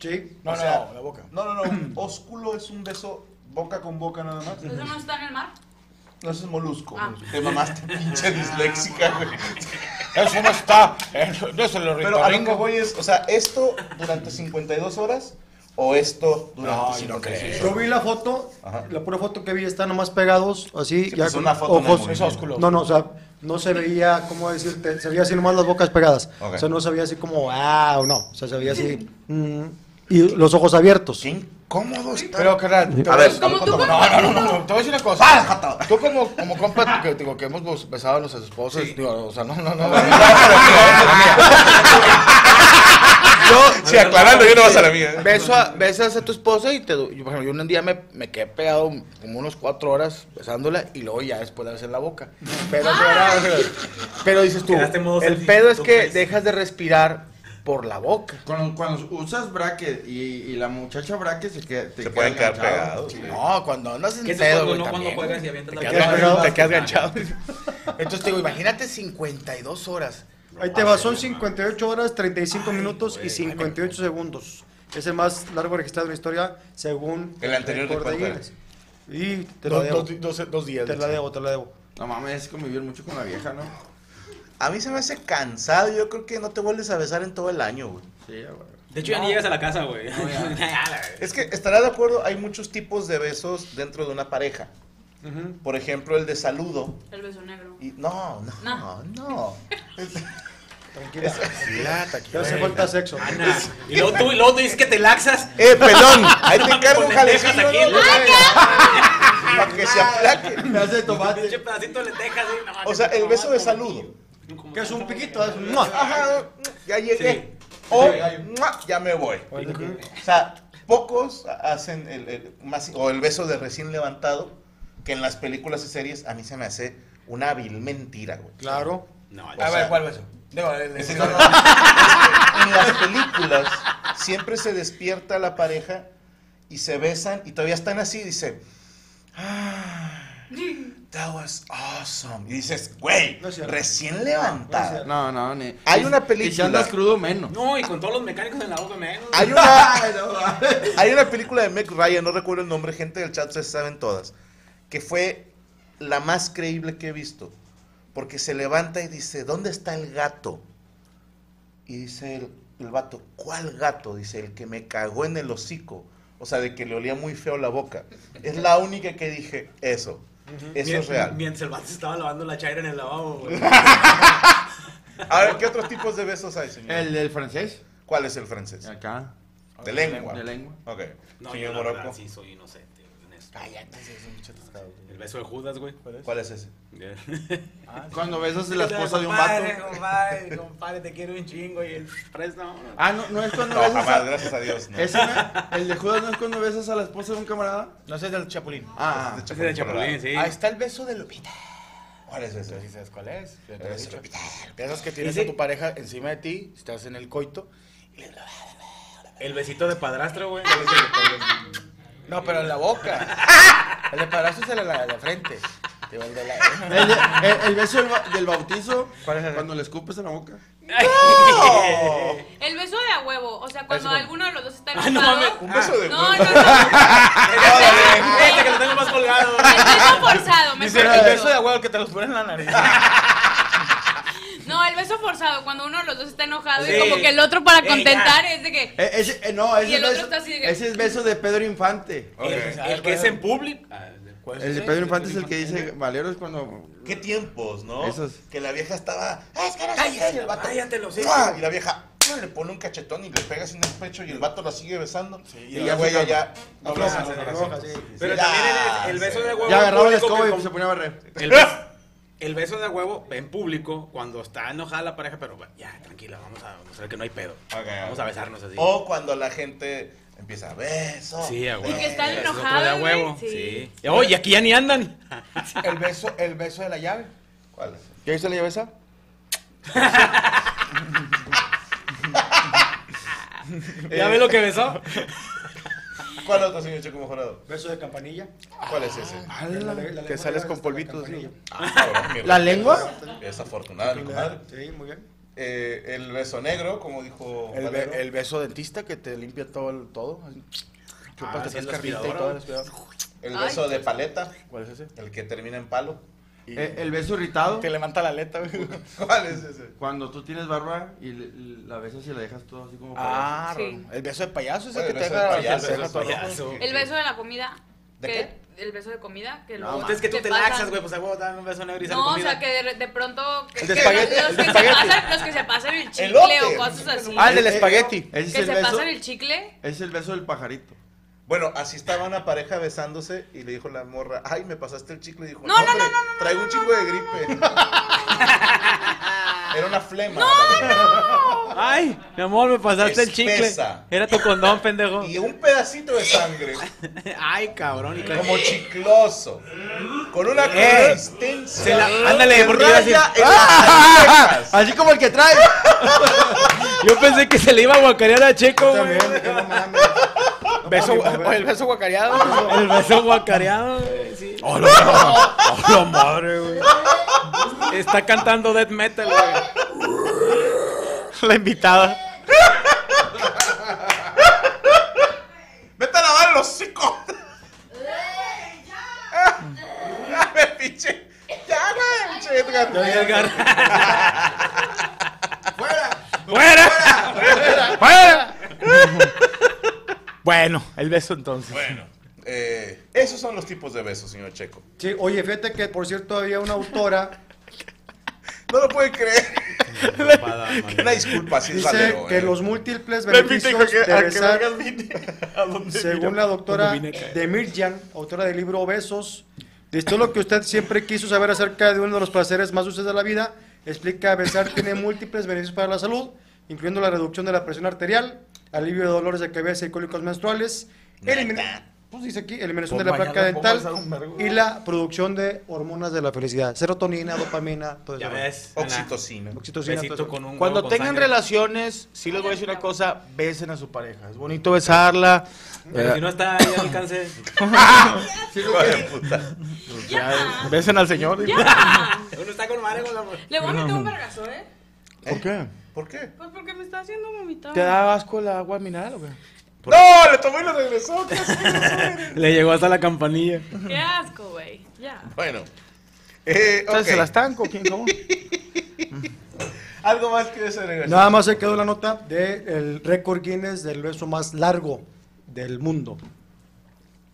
Speaker 5: Sí.
Speaker 7: No, no, la boca.
Speaker 3: No, no, no. Un ósculo es un beso boca con boca nada más.
Speaker 8: ¿Eso no está en el mar?
Speaker 3: No, eso es molusco.
Speaker 8: Ah.
Speaker 3: Te mamaste, pinche disléxica, güey.
Speaker 7: Eso no está. No se lo
Speaker 3: Pero a lo que voy es, o sea, ¿esto durante 52 horas o esto durante
Speaker 7: No, yo no
Speaker 3: 56
Speaker 5: Yo vi la foto, la pura foto que vi están nomás pegados,
Speaker 3: Sí,
Speaker 5: así, ya
Speaker 3: pues
Speaker 5: con
Speaker 3: una foto en el
Speaker 5: ojos.
Speaker 3: movimiento. Es ósculo.
Speaker 5: No, no, o sea, no se veía, ¿cómo decirte? Se veía así nomás las bocas pegadas.
Speaker 3: Ok.
Speaker 5: O sea, no se veía así como, ah, o no. O sea, se veía así. mm, y los ojos abiertos.
Speaker 3: ¿Cómo está?
Speaker 7: Pero, carnal, te voy
Speaker 3: A ver,
Speaker 8: Como tú
Speaker 7: No,
Speaker 8: con-
Speaker 7: no, no, no, no, te voy a decir una cosa. Tú como, como compa que, digo, que hemos besado a nuestras esposas, digo, o sea, no, no, no.
Speaker 3: Yo, sí, aclarando, yo no vas a la mía.
Speaker 7: Beso a, besas a tu esposa y te, du- yo, por ejemplo, yo un día me, me quedé pegado como unos cuatro horas besándola y luego ya después la besé en la boca. Pero, pero, pero dices tú,
Speaker 9: Quedaste en modo
Speaker 7: el
Speaker 9: selfie,
Speaker 7: pedo es
Speaker 9: tú
Speaker 7: que
Speaker 9: crees.
Speaker 7: dejas de respirar por la boca.
Speaker 6: Cuando, cuando usas bracket y, y la muchacha bracket se queda. Te
Speaker 3: Se
Speaker 6: queda
Speaker 3: pueden quedar
Speaker 6: enganchado.
Speaker 3: pegados.
Speaker 6: Sí.
Speaker 7: No, cuando andas en
Speaker 9: ¿Qué es
Speaker 7: pedo,
Speaker 9: cuando
Speaker 7: güey,
Speaker 9: no, cuando
Speaker 7: también,
Speaker 9: juegas y
Speaker 7: güey.
Speaker 9: avientas
Speaker 7: te
Speaker 9: la
Speaker 7: quedas
Speaker 9: pelota?
Speaker 7: enganchado, te quedas enganchado. Entonces te digo, imagínate 52 horas.
Speaker 5: Ahí te
Speaker 3: Ah,
Speaker 5: va, son 58 horas, 35 minutos y 58 segundos. Es el más largo registrado en la historia, según
Speaker 3: El anterior, ¿de
Speaker 5: récord
Speaker 3: cuánto era?
Speaker 5: Guinness. Y te la
Speaker 7: Dos,
Speaker 5: debo,
Speaker 7: dos- dos- dos días.
Speaker 5: te la debo, te la debo.
Speaker 6: No mames, es convivir mucho con la vieja, ¿no?
Speaker 3: A mí se me hace cansado. Yo creo que no te vuelves a besar en todo el año, güey.
Speaker 6: Sí, güey.
Speaker 9: De hecho, ya ni llegas a la casa, güey.
Speaker 3: Es que estará de acuerdo, hay muchos tipos de besos dentro de una pareja. Por ejemplo, el de saludo.
Speaker 8: El beso negro.
Speaker 3: Y, no, no, no,
Speaker 8: No.
Speaker 3: no.
Speaker 5: Tranquila.
Speaker 7: Tranquila,
Speaker 5: Te
Speaker 7: tranquila.
Speaker 5: hace falta sexo.
Speaker 3: Ah,
Speaker 9: Ana, Y luego tú, y luego tú dices que te laxas.
Speaker 3: Eh, pelón, ahí te encargo un
Speaker 9: Con lentejas
Speaker 3: jalecillo,
Speaker 9: aquí.
Speaker 3: ¿no? Ah, Para que se aplaque.
Speaker 6: Me hace tomate.
Speaker 9: Pinche pedacito de lentejas, güey, no,
Speaker 3: O sea, el beso de saludo.
Speaker 5: Que es un piquito, es un-
Speaker 3: Ajá, ya llegué. O ¡mua! ya me voy. O sea, pocos hacen el, el más, o el beso de recién levantado, que en las películas y series a mí se me hace una vil mentira, güey.
Speaker 5: Claro.
Speaker 9: No,
Speaker 3: O
Speaker 7: A
Speaker 3: sea,
Speaker 7: ver, ¿cuál beso? Digo, el-
Speaker 3: Es
Speaker 7: el-
Speaker 3: que no, no, es que en las películas siempre se despierta la pareja y se besan y todavía están así, dice, "Ah, that was awesome. Y dices, güey,
Speaker 5: No es cierto.
Speaker 3: recién
Speaker 5: No es
Speaker 3: levantada.
Speaker 5: cierto.
Speaker 6: No, no, ni.
Speaker 3: Ah. Hay una
Speaker 6: Y si
Speaker 3: película.
Speaker 6: andas crudo, menos.
Speaker 9: No, y con todos los mecánicos en la boca menos.
Speaker 3: Hay una, hay una película de Meg Ryan, no recuerdo el nombre, gente del chat se saben todas, que fue la más creíble que he visto. Porque se levanta y dice, ¿dónde está el gato? Y dice el, el vato, ¿cuál gato? Dice, el que me cagó en el hocico. O sea, de que le olía muy feo la boca. Es la única que dije, eso. Eso
Speaker 9: Mien-
Speaker 3: es real.
Speaker 9: Mientras el vato se estaba lavando la chaira en el lavabo, güey.
Speaker 3: A ver, ¿qué otros tipos de besos hay, señor?
Speaker 6: El del francés.
Speaker 3: ¿Cuál es el francés?
Speaker 6: Acá.
Speaker 3: De lengua.
Speaker 6: De lengua.
Speaker 3: Ok.
Speaker 9: No, yo
Speaker 3: señor
Speaker 9: la verdad
Speaker 3: Morocco,
Speaker 9: sí soy inocente. güey, en esto. El beso de Judas, güey. ¿cuál es?
Speaker 3: ¿cuál es ese?
Speaker 6: Cuando besas la esposa de un vato.
Speaker 9: Compadre, compadre, te quiero un chingo y el tres no.
Speaker 6: Ah, no, no es cuando
Speaker 3: No,
Speaker 6: besas.
Speaker 3: jamás,
Speaker 6: a-
Speaker 3: gracias a Dios. no.
Speaker 6: Ese no- el de Judas no es cuando besas a la esposa de un camarada.
Speaker 7: No sé, es del Chapulín.
Speaker 6: Ah,
Speaker 3: Es de
Speaker 6: ah.
Speaker 9: Ese de Chapulín, sí.
Speaker 7: Ahí está el beso de Lupita.
Speaker 3: ¿Cuál es ese?
Speaker 7: Sí, ¿Sabes cuál es? Ya te
Speaker 3: El
Speaker 7: lo he
Speaker 3: beso de
Speaker 7: dicho.
Speaker 3: Lupita.
Speaker 7: Piensas que tienes a
Speaker 9: Ese-
Speaker 7: tu pareja encima de ti, estás en el coito.
Speaker 9: El besito de padrastro, güey.
Speaker 7: No, pero en la boca. El de padrastro es el de la, la frente. Te va el de la-
Speaker 6: El, de- el- el beso del, ba- del bautizo.
Speaker 7: ¿Cuál es el-
Speaker 6: Cuando le escupes en la boca.
Speaker 8: El beso de a huevo. O sea,
Speaker 7: Beso
Speaker 8: cuando
Speaker 7: con-
Speaker 8: alguno de los dos está
Speaker 9: Ah, no
Speaker 8: enojado.
Speaker 9: mames,
Speaker 3: Un beso de
Speaker 8: No, no, no.
Speaker 9: Este que lo tengo más colgado. güey.
Speaker 8: El beso forzado. Me
Speaker 7: Dice,
Speaker 8: acuerdo.
Speaker 7: el beso de agua que te los pone en la nariz.
Speaker 8: No, el beso forzado. Cuando uno de los dos está enojado
Speaker 9: Sí.
Speaker 8: y como que el otro para
Speaker 9: Ey,
Speaker 8: contentar es de que.
Speaker 6: E- ese, eh, no, ese,
Speaker 8: Y el
Speaker 6: es
Speaker 8: otro
Speaker 6: beso,
Speaker 8: está así de que-
Speaker 6: ese es beso de Pedro Infante.
Speaker 3: Ok.
Speaker 9: El, el que es en público. Ah, ¿cuál
Speaker 6: El de
Speaker 9: ese?
Speaker 6: Pedro Infante es el que dice Valero es cuando.
Speaker 3: ¿Qué tiempos, no?
Speaker 6: Esos.
Speaker 3: Que la vieja estaba. "Ah, Es que no sé qué",
Speaker 9: Cállate,
Speaker 3: y el vato.
Speaker 9: cállate los
Speaker 3: ¡mua! Y la vieja ¡mua! le pone un cachetón y le pegas en el pecho y el vato la sigue besando. y,
Speaker 6: y
Speaker 3: la
Speaker 6: ya
Speaker 3: güey
Speaker 6: se
Speaker 3: ya. No
Speaker 5: Afloja,
Speaker 3: abraza, no
Speaker 5: afloja,
Speaker 3: abraza.
Speaker 5: sí.
Speaker 9: Pero
Speaker 3: Ya,
Speaker 9: también el, el beso
Speaker 3: sí.
Speaker 9: de huevo.
Speaker 6: Ya
Speaker 9: en
Speaker 6: agarraba el
Speaker 9: público
Speaker 6: escoba
Speaker 9: que
Speaker 6: y
Speaker 9: con-
Speaker 6: se ponía a barrer.
Speaker 9: El beso, el beso de huevo en público cuando está enojada la pareja, pero va- ya, tranquila, vamos a mostrar que no hay pedo.
Speaker 3: Ok,
Speaker 9: Vamos
Speaker 3: ok.
Speaker 9: a besarnos así.
Speaker 6: Oh.
Speaker 3: O cuando la gente empieza a beso.
Speaker 9: Sí, a
Speaker 8: Y
Speaker 9: huevo.
Speaker 8: que están
Speaker 9: Ese es otro
Speaker 8: enojados,
Speaker 9: de a
Speaker 8: güey,
Speaker 9: huevo.
Speaker 8: sí.
Speaker 9: Sí. Oh, y aquí ya ni andan.
Speaker 7: El beso, el beso de la llave.
Speaker 3: ¿Cuál es?
Speaker 7: ¿Ya viste la llave esa?
Speaker 10: Ah,
Speaker 9: ¿Ya ves lo que besó?
Speaker 3: ¿Cuál otro, señor Checo Mejorado?
Speaker 5: Beso de campanilla.
Speaker 3: ¿Cuál es ese? Ah,
Speaker 5: La le- la
Speaker 3: que
Speaker 5: lengua
Speaker 3: sales
Speaker 5: de
Speaker 3: con
Speaker 5: la
Speaker 3: polvitos.
Speaker 5: campanilla.
Speaker 3: ¿La lengua? Desafortunada, mi comadre.
Speaker 5: Sí, muy bien.
Speaker 3: Eh, el beso negro, como dijo
Speaker 7: El,
Speaker 3: Valero.
Speaker 7: be- el beso dentista que te limpia todo. el- todo. Chupas
Speaker 3: Ah,
Speaker 7: que
Speaker 3: sí,
Speaker 7: es
Speaker 3: la
Speaker 7: carnita y
Speaker 3: aspiradora.
Speaker 7: todo. la aspiradora.
Speaker 3: El
Speaker 7: Ay.
Speaker 3: beso de paleta.
Speaker 7: ¿Cuál es ese?
Speaker 3: El que termina en palo.
Speaker 6: Eh, el beso irritado.
Speaker 7: Te levanta la aleta, güey.
Speaker 3: ¿Cuál es ese?
Speaker 6: Cuando tú tienes barba y le- le- la besas y la dejas todo así como
Speaker 7: Ah,
Speaker 6: payaso.
Speaker 7: Ron. el beso de payaso ese
Speaker 6: Oye,
Speaker 7: que
Speaker 6: el
Speaker 7: te
Speaker 6: beso de
Speaker 7: deja-
Speaker 6: payaso,
Speaker 7: que te
Speaker 6: el
Speaker 7: deja
Speaker 6: beso de
Speaker 7: todo
Speaker 6: payaso.
Speaker 7: rojo.
Speaker 8: El beso de la comida.
Speaker 7: ¿De
Speaker 8: que- El beso de comida. Que
Speaker 11: No,
Speaker 8: luego
Speaker 11: ustedes que tú te
Speaker 8: pasan.
Speaker 11: laxas, güey, pues a huevo, dame un beso negro y sale
Speaker 8: No, o
Speaker 11: comida.
Speaker 8: sea, que de, de pronto. Que,
Speaker 11: El de
Speaker 8: que
Speaker 11: espagueti, el
Speaker 8: los,
Speaker 11: de
Speaker 8: que se
Speaker 11: espagueti.
Speaker 8: pasan, los que se pasan el chicle
Speaker 3: Elote.
Speaker 8: o cosas así.
Speaker 3: Ah, el del espagueti.
Speaker 6: Ese es
Speaker 8: que
Speaker 6: el
Speaker 8: se
Speaker 6: beso.
Speaker 8: pasan el chicle.
Speaker 6: Es el beso del pajarito.
Speaker 3: Bueno, así estaba una pareja besándose y le dijo la morra, ay, me pasaste el chicle. Y dijo,
Speaker 8: No,
Speaker 3: no,
Speaker 8: no,
Speaker 3: hombre, traigo un chingo de gripe. Era una flema.
Speaker 10: Ay, mi amor, me pasaste
Speaker 3: Espesa.
Speaker 10: el chicle. Era tu condón, pendejo.
Speaker 3: Y un pedacito de sangre.
Speaker 10: Ay, cabrón. y con-
Speaker 3: Como chicloso. Con una consistencia.
Speaker 10: Eh. se la- ándale, porque iba a decir-
Speaker 3: raya en las
Speaker 10: ¡Ah!
Speaker 3: arepas.
Speaker 6: Así como el que trae.
Speaker 10: Yo pensé que se le iba a guacarear a Checo, güey.
Speaker 7: Beso, o el beso guacareado.
Speaker 10: El beso guacareado, güey. Sí. ¡Hola! ¡Hola, madre, güey! Está cantando death metal, güey. La invitada.
Speaker 3: Vete a lavar los hocico.
Speaker 8: Eh,
Speaker 3: Ya me pinche. Ya, güey, pinche Edgar.
Speaker 10: ¡Fuera! ¡Fuera! Bueno, el beso entonces.
Speaker 3: Bueno. Eh, esos son los tipos de besos, señor Checo.
Speaker 5: Sí, oye, fíjate que por cierto había una autora.
Speaker 3: No lo pueden creer. Una disculpa, si es
Speaker 5: Dice
Speaker 3: Valero.
Speaker 5: que
Speaker 3: eh.
Speaker 5: los múltiples
Speaker 3: Repite, hijo,
Speaker 5: beneficios
Speaker 3: que-
Speaker 5: de
Speaker 3: a que
Speaker 5: besar,
Speaker 3: vengas, vine. ¿A dónde vino?
Speaker 5: según la doctora
Speaker 3: ¿Dónde vine a caer?
Speaker 5: Demirjan, autora del libro Besos, de todo lo que usted siempre quiso saber acerca de uno de los placeres más dulces de la vida, explica que besar tiene múltiples beneficios para la salud, incluyendo la reducción de la presión arterial, alivio de dolores de cabeza y cólicos menstruales, elimin- pues dice aquí, eliminación de la placa dental y la producción de hormonas de la felicidad, serotonina, dopamina, todo eso.
Speaker 7: Ya ves,
Speaker 3: Oxitocina.
Speaker 5: Oxitocina, todo eso.
Speaker 7: Cuando tengan relaciones, sí les voy a decir una cosa, besen a su pareja. Es bonito besarla.
Speaker 11: Pero
Speaker 7: Eh,
Speaker 11: si no está ahí al alcance.
Speaker 7: pues ya, Besen al señor. digo.
Speaker 11: Uno está con madre con la
Speaker 8: Le voy a meter un vergazo, ¿eh?
Speaker 7: ¿Por qué? ¿Por qué?
Speaker 8: Pues porque me está haciendo vomitar.
Speaker 7: ¿Te da asco el agua mineral o qué?
Speaker 3: ¡No! Le tomó y lo regresó. ¿Qué haces?
Speaker 10: Le llegó hasta la campanilla.
Speaker 8: Qué asco, güey. Ya.
Speaker 3: bueno. Eh,
Speaker 7: Entonces,
Speaker 3: ok.
Speaker 7: ¿Se la estanco? ¿Quién? ¿Cómo?
Speaker 3: Algo más que desagregar.
Speaker 5: Nada más se quedó la nota del récord Guinness del beso más largo del mundo.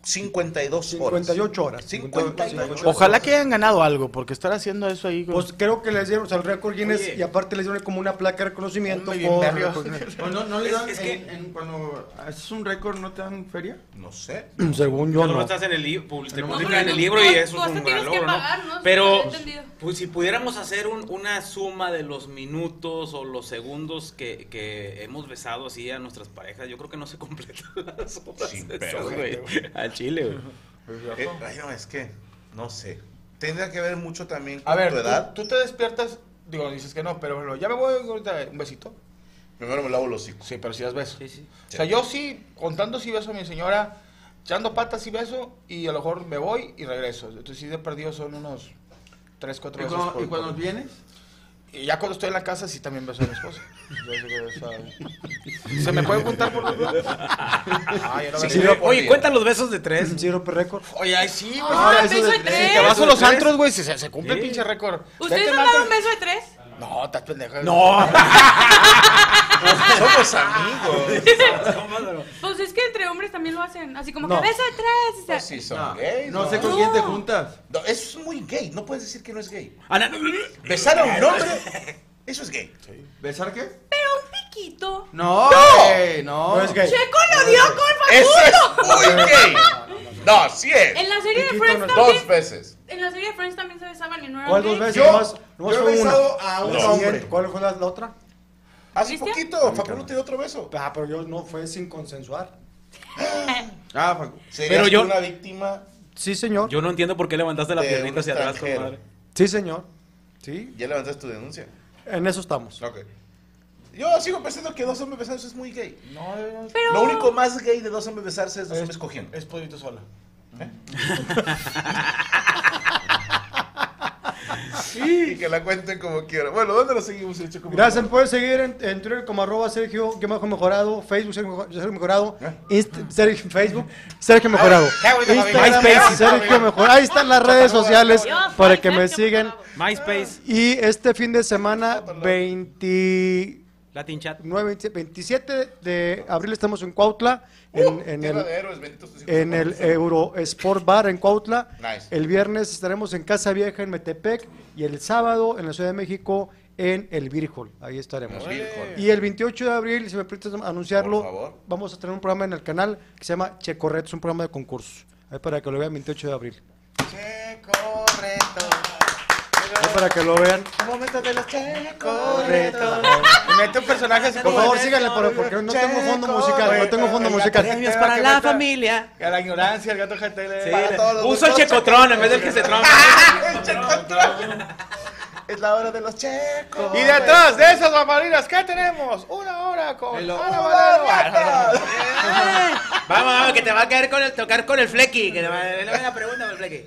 Speaker 3: 52
Speaker 5: 58 horas.
Speaker 3: 58.
Speaker 7: Ojalá que hayan ganado algo, porque estar haciendo eso ahí. güey.
Speaker 5: Pues creo que les dieron, o sea, el récord Guinness y aparte les dieron como una placa de reconocimiento por récord Guinness.
Speaker 6: O no, no le
Speaker 5: Es-
Speaker 6: dan.
Speaker 5: es
Speaker 6: en- en cuando haces un récord, ¿no te dan feria?
Speaker 3: No sé.
Speaker 5: Según yo,
Speaker 11: Tú no
Speaker 5: no.
Speaker 11: estás en el libro, publi- te
Speaker 6: No,
Speaker 11: publican
Speaker 6: pero
Speaker 11: en el
Speaker 6: tú-
Speaker 11: libro
Speaker 6: tú-
Speaker 11: y eso
Speaker 6: tú
Speaker 11: es
Speaker 6: hasta
Speaker 11: un
Speaker 6: tienes
Speaker 11: gran
Speaker 6: que
Speaker 11: logro,
Speaker 6: pagar,
Speaker 11: ¿no?
Speaker 6: ¿no?
Speaker 11: Pero
Speaker 6: Había entendido.
Speaker 11: pues, si pudiéramos hacer un- una suma de los minutos o los segundos que, que hemos besado así a nuestras parejas, yo creo que no se completan las horas. de
Speaker 3: pero,
Speaker 11: eso,
Speaker 3: güey.
Speaker 11: güey. Al chile, güey.
Speaker 3: Eh, ay, no, es que, no sé. Tendría que ver mucho también con
Speaker 7: A ver,
Speaker 3: tu edad.
Speaker 7: Ah, Tú, tú te despiertas, digo, dices que no, pero bueno, ya me voy ahorita, un besito.
Speaker 3: Primero me lavo los hocico.
Speaker 7: Sí, pero si das beso. O sea, yo sí, contando si beso a mi señora, echando patas y beso, y a lo mejor me voy y regreso. Entonces, sí, de perdido son unos 3, 4
Speaker 6: ¿Y
Speaker 7: besos.
Speaker 6: cuando-
Speaker 7: por-
Speaker 6: y cuando
Speaker 7: por-
Speaker 6: vienes?
Speaker 7: Y ya cuando estoy en la casa, sí también beso a mi esposa. Yo digo, o sea, Se me puede juntar por los lados. Ah, yo no besé.
Speaker 11: Oye, cuentan los besos de tres.
Speaker 5: Sí, rompe récord.
Speaker 7: Oye, ay, sí, güey.
Speaker 8: Ah,
Speaker 7: si te-
Speaker 8: beso de
Speaker 7: si
Speaker 8: tres.
Speaker 7: te vas
Speaker 8: Beso
Speaker 7: a
Speaker 8: de
Speaker 7: los
Speaker 8: tres.
Speaker 7: antros, güey, se, se- se cumple el
Speaker 8: Sí.
Speaker 7: pinche récord.
Speaker 8: ¿Ustedes
Speaker 7: Vete
Speaker 8: no
Speaker 7: al antro-
Speaker 8: daban beso de tres?
Speaker 7: No, estás pendeja.
Speaker 11: No.
Speaker 3: Somos amigos.
Speaker 8: Pues es que entre hombres también lo hacen. Así como
Speaker 3: No. Pues,
Speaker 8: que beso de tres. o sea,
Speaker 3: Sí, son gays.
Speaker 6: No sé con quién te juntas.
Speaker 3: No, eso es muy gay. No puedes decir que no es gay.
Speaker 11: Ana-
Speaker 3: Besar a un hombre, eso es gay.
Speaker 6: ¿Besar qué?
Speaker 8: Pero un piquito.
Speaker 6: No, güey,
Speaker 3: Oh.
Speaker 6: no.
Speaker 5: No es gay.
Speaker 8: Checo lo dio con
Speaker 3: Eso
Speaker 8: Facundo.
Speaker 3: es muy gay. No, sí es.
Speaker 8: En la serie de
Speaker 3: Piquito
Speaker 8: Friends
Speaker 3: no-
Speaker 8: también.
Speaker 3: Dos veces.
Speaker 8: En la serie de Friends también se besaban y no eran
Speaker 5: ¿Cuál dos
Speaker 8: gays.
Speaker 5: veces?
Speaker 3: Yo-
Speaker 5: Nomás-
Speaker 3: yo he
Speaker 5: nomás fue una.
Speaker 3: besado a un
Speaker 5: La
Speaker 3: hombre.
Speaker 5: siguiente, ¿Cuál fue la, la otra?
Speaker 3: Hace
Speaker 8: ¿Cristian?
Speaker 3: poquito, Facundo te dio otro beso.
Speaker 5: Ah, pero yo no, fue sin consensuar.
Speaker 6: Ah, Facu.
Speaker 3: Serías
Speaker 11: Pero yo-
Speaker 3: tú una víctima.
Speaker 5: Sí, señor.
Speaker 11: Yo no entiendo por qué levantaste la
Speaker 3: De
Speaker 11: piernita
Speaker 3: un
Speaker 11: hacia atrás,
Speaker 3: extranjero.
Speaker 11: compadre.
Speaker 5: Sí, señor. Sí,
Speaker 3: Ya levantaste tu denuncia.
Speaker 5: en eso estamos.
Speaker 3: Ok. Yo sigo pensando que dos hombres besándose es muy gay. No, no, no.
Speaker 8: Pero-
Speaker 3: Lo único más gay de dos hombres besarse es dos hombres cogiendo. ¿Eh? Es Polito Sola. y que la cuenten como quieran. Bueno, ¿dónde lo seguimos, Sergio? ¿Cómo
Speaker 5: Gracias,
Speaker 3: lo-
Speaker 5: me pueden seguir en, en Twitter como arroba Sergio guión bajo Mejorado, Facebook Sergio, Mejo- Sergio Mejorado, Inst- Sergio- Facebook Sergio Mejorado,
Speaker 9: qué bonito,
Speaker 5: Instagram
Speaker 9: familia.
Speaker 5: MySpace, Sergio Mejorado. Ahí están las redes sociales para que me sigan.
Speaker 9: MySpace.
Speaker 5: Y este fin de semana, 20...
Speaker 9: Latin Chat.
Speaker 5: 27 de abril estamos en Cuautla, en, en el,
Speaker 3: Tierra de héroes, benditos tus hijos.
Speaker 5: en el Euro Sport Bar en Cuautla.
Speaker 3: Nice.
Speaker 5: El viernes estaremos en Casa Vieja en Metepec y el sábado en la Ciudad de México en el Beer Hall. Ahí estaremos.
Speaker 3: El Beer Hall.
Speaker 5: Y el 28 de abril, si me permites anunciarlo,
Speaker 3: Por favor.
Speaker 5: vamos a tener un programa en el canal que se llama Che Correcto, es un programa de concursos. Ahí para que lo vean el 28 de abril. Ahí para que lo vean.
Speaker 7: Un momento de los checos.
Speaker 5: Correcto.
Speaker 7: Y Mete un personaje así
Speaker 5: Por
Speaker 7: como-
Speaker 5: favor, síganle por- porque no tengo fondo musical, no tengo fondo
Speaker 7: El gato
Speaker 5: musical.
Speaker 7: jetero que meta- A la ignorancia, el gato jetele.
Speaker 9: Sí,
Speaker 7: Para
Speaker 9: le-
Speaker 7: todos los-
Speaker 9: puso el
Speaker 7: todos-
Speaker 9: checotrón en vez del que se tromba.
Speaker 7: El checotrón. Es la hora de los checos.
Speaker 9: Y detrás
Speaker 7: de esas bambalinas, ¿qué tenemos? Una hora con
Speaker 6: Ah,
Speaker 7: Ana Valero.
Speaker 9: Vamos, vamos, que te va a caer con el tocar con el flequi. Que te va a la pregunta con el flequi.